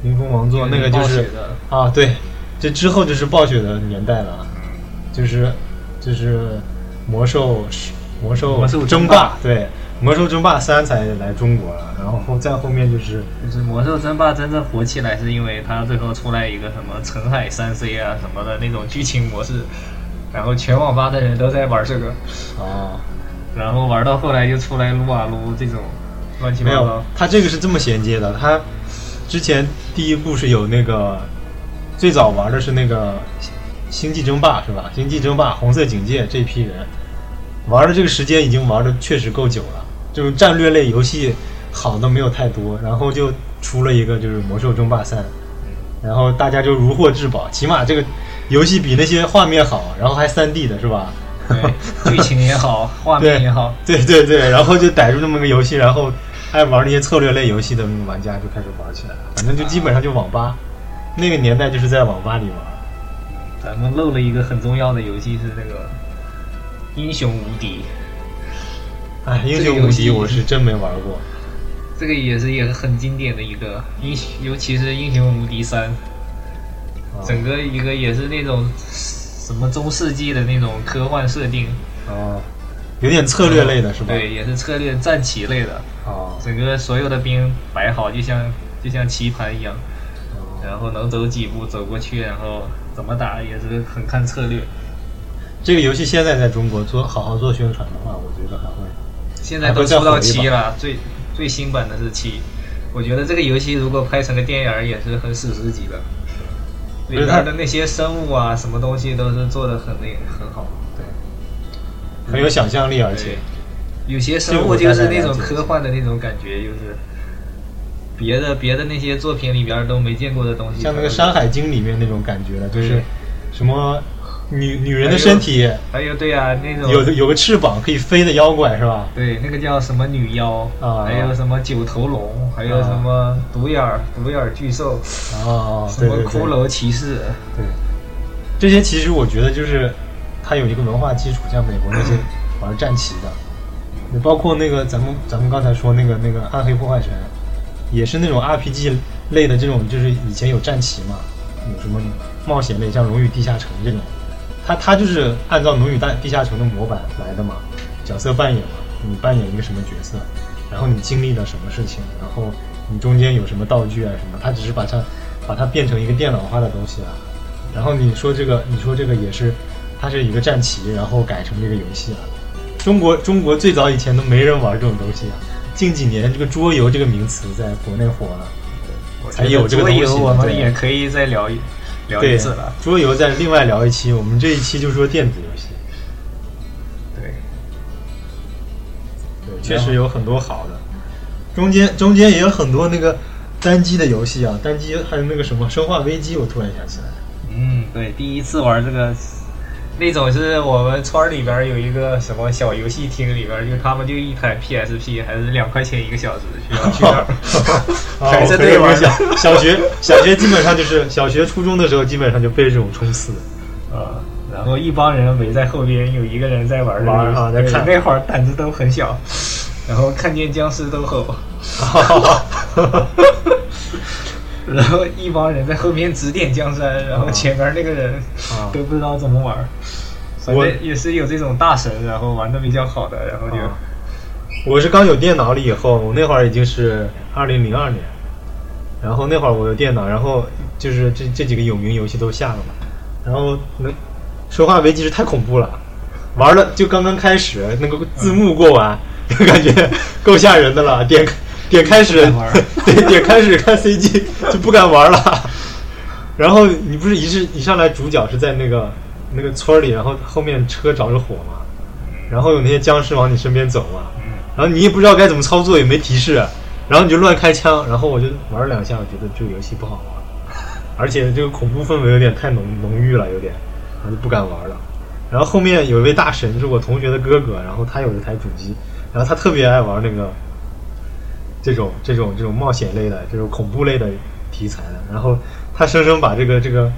Speaker 1: 云峰王座那个
Speaker 2: 嗯
Speaker 1: 就
Speaker 2: 暴
Speaker 1: 是
Speaker 2: 雪的
Speaker 1: 啊，对，这之后就是暴雪的年代了啊。就是就是魔兽魔兽
Speaker 2: 魔兽
Speaker 1: 争
Speaker 2: 争
Speaker 1: 霸
Speaker 2: 霸，
Speaker 1: 对，魔兽争霸三才来中国了，然后再后面就是
Speaker 2: 就是魔兽争霸真正火起来，是因为它最后出来一个什么澄海三 C 啊什么的那种剧情模式，然后全网吧的人都在玩这个，
Speaker 1: 啊，
Speaker 2: 然后玩到后来就出来撸啊撸这种乱七
Speaker 1: 没
Speaker 2: 八
Speaker 1: 有
Speaker 2: 糟，，
Speaker 1: 它这个是这么衔接的，它之前第一部是有那个最早玩的是那个星星际争霸是吧？星际争霸、红色警戒这批人玩的这个时间已经玩的确实够久了，就是战略类游戏好的没有太多，然后就出了一个就是魔兽争霸三。然后大家就如获至宝，起码这个游戏比那些画面好，然后还3 D 的是吧？
Speaker 2: 对，剧情也 好，画面也好，
Speaker 1: 对对对，然后就逮住这么个游戏，然后爱玩那些策略类游戏的那个玩家就开始玩起来了，反正就基本上就网吧，那个年代就是在网吧里玩。
Speaker 2: 咱们漏了一个很重要的游戏是那个英雄无敌，
Speaker 1: 哎，英
Speaker 2: 这个
Speaker 1: 雄无
Speaker 2: 游戏
Speaker 1: 敌我是真没玩过，
Speaker 2: 这个也是也是很经典的一个英，尤其是英雄无敌三，
Speaker 1: 啊
Speaker 2: 整个一个也是那种什么中世纪的那种科幻设定，
Speaker 1: 哦，有点策略类的是吧？
Speaker 2: 嗯对，也是策略战棋类的，
Speaker 1: 哦，
Speaker 2: 整个所有的兵摆好，就像就像棋盘一样，
Speaker 1: 哦
Speaker 2: 然后能走几步走过去，然后怎么打也是很看策略。
Speaker 1: 这个游戏现在在中国做好好做宣传的话，我觉得还会。
Speaker 2: 现在都出到七了，最最新版的是七，我觉得这个游戏如果拍成个电影儿也是很史诗级的，
Speaker 1: 对
Speaker 2: 里边的那些生物啊，什么东西都是做的很那很好。
Speaker 1: 对，很有想象力，而且
Speaker 2: 对，有些生物就是那种科幻的那种感觉，就是别的别的那些作品里边儿都没见过的东西。
Speaker 1: 像那个《山海经》里面那种感觉的，就是
Speaker 2: 对
Speaker 1: 什么女女人的身体
Speaker 2: 还有对啊，那种
Speaker 1: 有有个翅膀可以飞的妖怪是吧？
Speaker 2: 对那个叫什么女妖
Speaker 1: 啊
Speaker 2: 还有什么九头龙，还有
Speaker 1: 啊
Speaker 2: 什么独眼儿独眼儿巨兽，
Speaker 1: 哦，
Speaker 2: 什
Speaker 1: 对
Speaker 2: 么
Speaker 1: 对对，
Speaker 2: 骷髅骑士，
Speaker 1: 对，这些其实我觉得就是它有一个文化基础，像美国那些玩战棋的，也包括那个咱们咱们刚才说那个那个暗黑破坏神，也是那种 RPG 类的这种，就是以前有战棋嘛，有什么冒险类，像《龙与地下城》这种，它它就是按照《龙与大地下城》的模板来的嘛，角色扮演嘛，你扮演一个什么角色，然后你经历了什么事情，然后你中间有什么道具啊什么，它只是把它把它变成一个电脑化的东西啊。然后你说这个，你说这个也是，它是一个战棋，然后改成这个游戏啊。中国中国最早以前都没人玩这种东西啊，近几年这个桌游这个名词在国内火了。才有这个
Speaker 2: 桌
Speaker 1: 东西
Speaker 2: 游，我们
Speaker 1: 对
Speaker 2: 也可以再聊一聊
Speaker 1: 对
Speaker 2: 一次了。，
Speaker 1: 桌游再另外聊一期，我们这一期就说电子游戏。
Speaker 2: 对，
Speaker 1: 对，确实有很多好的。中间中间也有很多那个单机的游戏啊，单机还有那个什么《生化危机》，我突然想起来，
Speaker 2: 嗯，对，第一次玩这个那种是我们村儿里边儿有一个什么小游戏厅里边儿，就他们就一台 PSP，还是两块钱一个小时，需要去那 儿哦
Speaker 1: 啊，
Speaker 2: 排着
Speaker 1: 我
Speaker 2: 队
Speaker 1: 回
Speaker 2: 玩
Speaker 1: 过
Speaker 2: 儿
Speaker 1: 小小学小学基本上就是小学初中的时候基本上就被这种冲刺。
Speaker 2: 啊，然后一帮人围在后边，有一个人在玩儿这个
Speaker 1: 玩儿啊在
Speaker 2: 游戏
Speaker 1: 看
Speaker 2: 对那会儿胆子都很小，然后看见僵尸都吼， 然后一帮人在后边指点江山，然后前面那个人
Speaker 1: 啊
Speaker 2: 都不知道怎么玩儿。反
Speaker 1: 我
Speaker 2: 正也是有这种大神，然后玩的比较好的，然后就
Speaker 1: 啊 我是刚有电脑了以后，我那会儿已经是二零零二年，然后那会儿我有电脑，然后就是这这几个有名游戏都下了嘛，然后能生化危机是太恐怖了，玩了就刚刚开始，那个字幕过完、 就感觉够吓人的了，点点开始
Speaker 2: 不敢玩儿，
Speaker 1: 对，点开始看 CG 就不敢玩了。然后你不是一是一上来主角是在那个那个村儿里，然后后面车着着火嘛，然后有那些僵尸往你身边走嘛，然后你也不知道该怎么操作，也没提示，然后你就乱开枪，然后我就玩了两下，我觉得这个游戏不好玩，而且这个恐怖氛围有点太浓浓郁了，有点，我就不敢玩了。然后后面有一位大神是我同学的哥哥，然后他有一台主机，然后他特别爱玩那个这种这种这种冒险类的、这种恐怖类的题材的。然后他生生把这个这个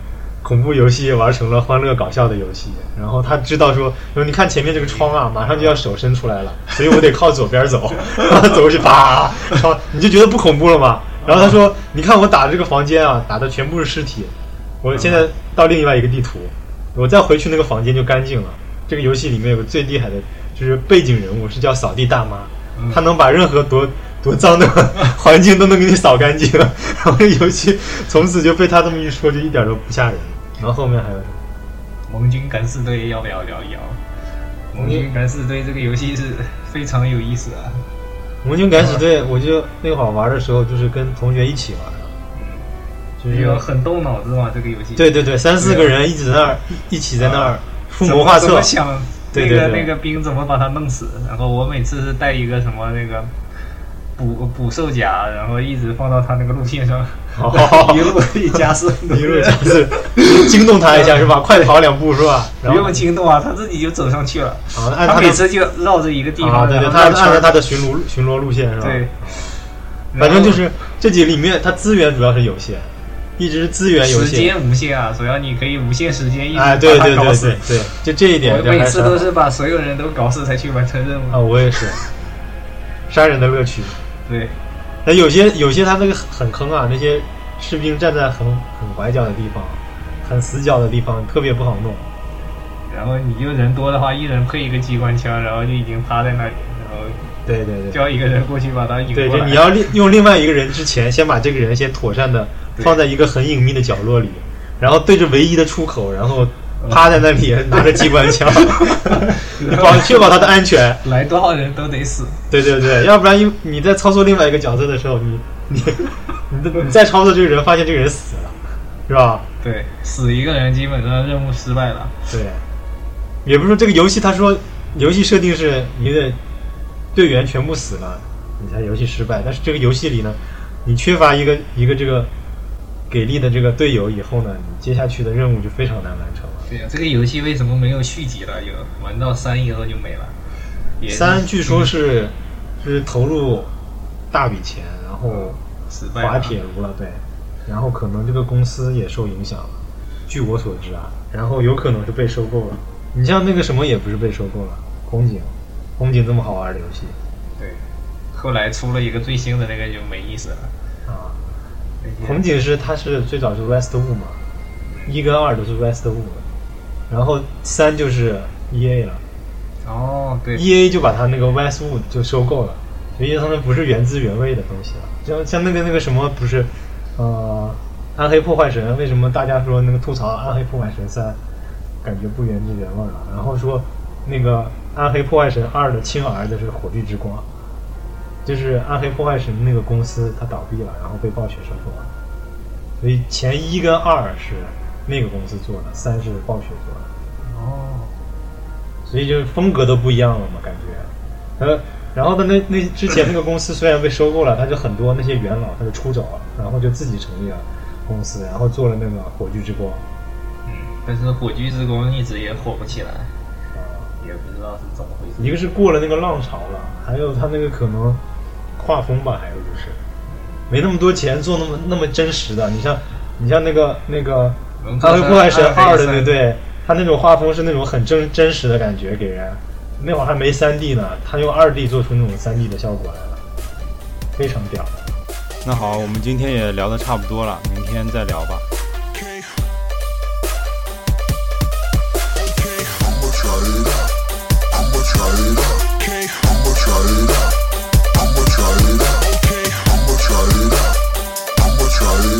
Speaker 1: 恐怖游戏玩成了欢乐搞笑的游戏。然后他知道说，说你看前面这个窗啊，马上就要手伸出来了，所以我得靠左边走，然后走过去啪，窗你就觉得不恐怖了吗？然后他说，你看我打的这个房间啊，打的全部是尸体，我现在到另外一个地图，我再回去那个房间就干净了。这个游戏里面有个最厉害的，就是背景人物是叫扫地大妈，
Speaker 2: 嗯
Speaker 1: 她能把任何多多脏的环境都能给你扫干净。然后这游戏从此就被她这么一说，就一点都不吓人。然后后面还有什么？
Speaker 2: 盟军敢死队要不要聊一聊？盟军敢死队这个游戏是非常有意思啊，
Speaker 1: 盟军敢死队，我就那会儿玩的时候，就是跟同学一起玩的，
Speaker 2: 就是
Speaker 1: 就
Speaker 2: 要
Speaker 1: 是
Speaker 2: 很动脑子嘛，这个游戏。
Speaker 1: 对对对，三四个人一起在那儿一起在那儿出
Speaker 2: 怎
Speaker 1: 谋
Speaker 2: 么嗯
Speaker 1: 划
Speaker 2: 啊怎么
Speaker 1: 策，
Speaker 2: 想
Speaker 1: 对
Speaker 2: 那
Speaker 1: 对
Speaker 2: 个
Speaker 1: 对
Speaker 2: 那个兵怎么把他弄死？然后我每次是带一个什么那个捕捕兽夹，然后一直放到他那个路线上，
Speaker 1: 哦
Speaker 2: 一路一加速，
Speaker 1: 一路就是惊动他一下是吧？快跑两步是吧？然
Speaker 2: 不
Speaker 1: 后
Speaker 2: 用惊动啊，他自己就走上去了。
Speaker 1: 啊按他的
Speaker 2: 每次就绕着一个地
Speaker 1: 啊，
Speaker 2: 方，
Speaker 1: 对对，
Speaker 2: 然
Speaker 1: 他
Speaker 2: 后
Speaker 1: 按
Speaker 2: 绕圈
Speaker 1: 照他的巡逻巡逻路线是吧？
Speaker 2: 对，
Speaker 1: 反正就是这几里面，它资源主要是有限，一直是资源有
Speaker 2: 时
Speaker 1: 限。
Speaker 2: 间无限啊，主要你可以无限时间一直
Speaker 1: 哎，对
Speaker 2: 把
Speaker 1: 对
Speaker 2: 它搞
Speaker 1: 对
Speaker 2: 死
Speaker 1: 对。对，就这一点
Speaker 2: 我
Speaker 1: 就
Speaker 2: 每
Speaker 1: 还
Speaker 2: 次都是把所有人都搞死才去完成任务。
Speaker 1: 啊，我也是，杀人的乐趣。
Speaker 2: 对，
Speaker 1: 那有些有些他那个很坑啊，那些士兵站在很很拐角的地方，很死角的地方，特别不好弄。
Speaker 2: 然后你就人多的话，一人配一个机关枪，然后就已经趴在那里，然后
Speaker 1: 对对对。
Speaker 2: 叫一个人过去把他引
Speaker 1: 对，
Speaker 2: 过
Speaker 1: 就
Speaker 2: 来。
Speaker 1: 你要另用另外一个人之前，先把这个人先妥善的
Speaker 2: 对
Speaker 1: 放在一个很隐秘的角落里，然后对着唯一的出口，然后趴在那里
Speaker 2: 嗯
Speaker 1: 拿着机 关枪，你保确保他的安全。
Speaker 2: 来多少人都得死。
Speaker 1: 对对对，要不然一你在操作另外一个角色的时候，你你你的你再操作这个人，发现这个人死了，是吧？
Speaker 2: 对，死一个人基本上任务失败了。
Speaker 1: 对，也不是说这个游戏，他说游戏设定是你的队员全部死了，你才游戏失败。但是这个游戏里呢，你缺乏一个一个这个给力的这个队友以后呢，你接下去的任务就非常难完成了。
Speaker 2: 对呀，这个游戏为什么没有续集了？就玩到三以后就没了。也是
Speaker 1: 三据说是、是投入大笔钱，然后
Speaker 2: 失败了
Speaker 1: 滑铁卢了，对，然后可能这个公司也受影响了，据我所知啊，然后有可能是被收购了。你像那个什么也不是被收购了，红警，红警这么好玩的游戏
Speaker 2: 对，后来出了一个最新的那个就没意思了。
Speaker 1: 啊，
Speaker 2: 那些
Speaker 1: 红警是它是最早是 Westwood 嘛，一跟二都是 Westwood，然后三就是 EA 了
Speaker 2: 哦，对，
Speaker 1: ，EA E 就把它那个 Westwood 就收购了，所以他们不是原汁原味的东西了，像像那个那个什么不是，呃，暗黑破坏神为什么大家说那个吐槽暗黑破坏神三感觉不原汁原味了，然后说那个暗黑破坏神二的亲儿子是火炬之光，就是暗黑破坏神那个公司它倒闭了，然后被暴雪收购了。所以前一跟二是那个公司做的，三是暴雪做的，
Speaker 2: 哦，
Speaker 1: 所以就是风格都不一样了嘛，感觉。呃，然后呢，那那之前那个公司虽然被收购了，他就很多那些元老他就出走了，然后就自己成立了公司，然后做了那个火炬之光。
Speaker 2: 嗯，但是火炬之光一直也火不起来，
Speaker 1: 啊
Speaker 2: 也不知道是怎么回事。
Speaker 1: 一个是过了那个浪潮了，还有他那个可能画风吧，还有就是没那么多钱做那么那么真实的。你像你像那个那个
Speaker 2: 龙
Speaker 1: 《暗黑破坏神二》的那
Speaker 2: 对，
Speaker 1: 对，他那种画风是那种很真真实的感觉给人。那会儿还没三 D 呢，他用二 D 做出那种三 D 的效果来了，非常屌。
Speaker 4: 那好，我们今天也聊得差不多了，明天再聊吧。
Speaker 5: Okay. Okay. I'ma try it out. I'ma try it out. Okay. I'ma try it out. I'ma try it out. Okay. I'ma try it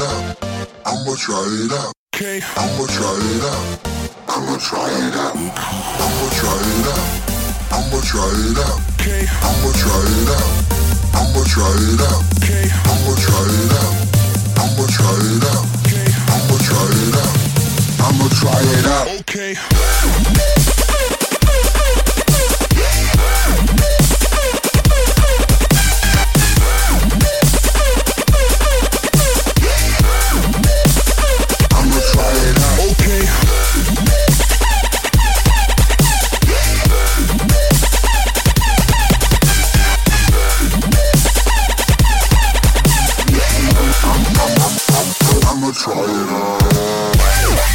Speaker 5: out. I'ma try it out. Okay. I'ma try it out. I'm- I'm- I'm- I'ma try it out. Okay. I'ma try it out. I'ma try it out. Okay. I'ma try it out. I'ma try it out. Okay. I'ma try it out. I'ma try it out. Okay. I'ma try it out. I'ma try it out. I'ma try it out. I'ma try it out. Okay. I'ma try it out. I'ma try it out. Okay. I'ma try it out. I'ma try it out. Okay. I'ma try it out. I'ma try it out. Okay. I'ma try it out. Okay. I'ma try it out.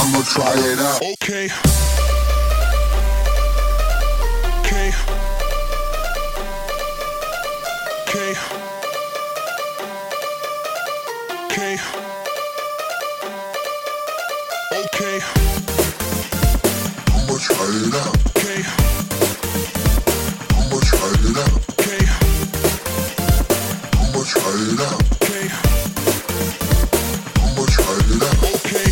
Speaker 5: I'ma try it out. Okay. Okay. Okay. Okay. Okay. I'ma try it out. Okay. I'ma try it out. Okay. I'ma try it out. Okay. I'ma try it out. Okay.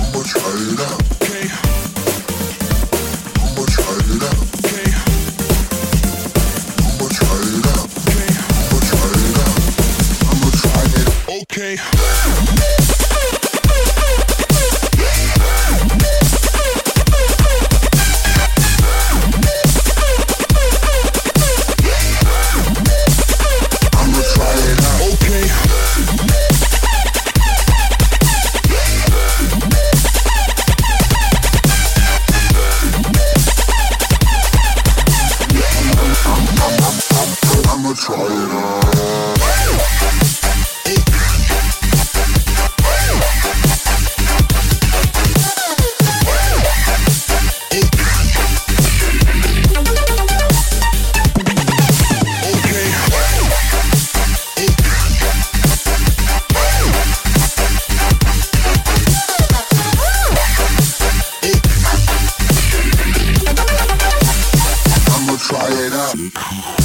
Speaker 5: I'ma try it out. Okay. I'ma try it out. Okay. I'ma try it out. Okay. I'ma try it out. I'ma try it. Okay. I'ma try it out. Okay. I'ma try it out. Okay. I'ma try it out.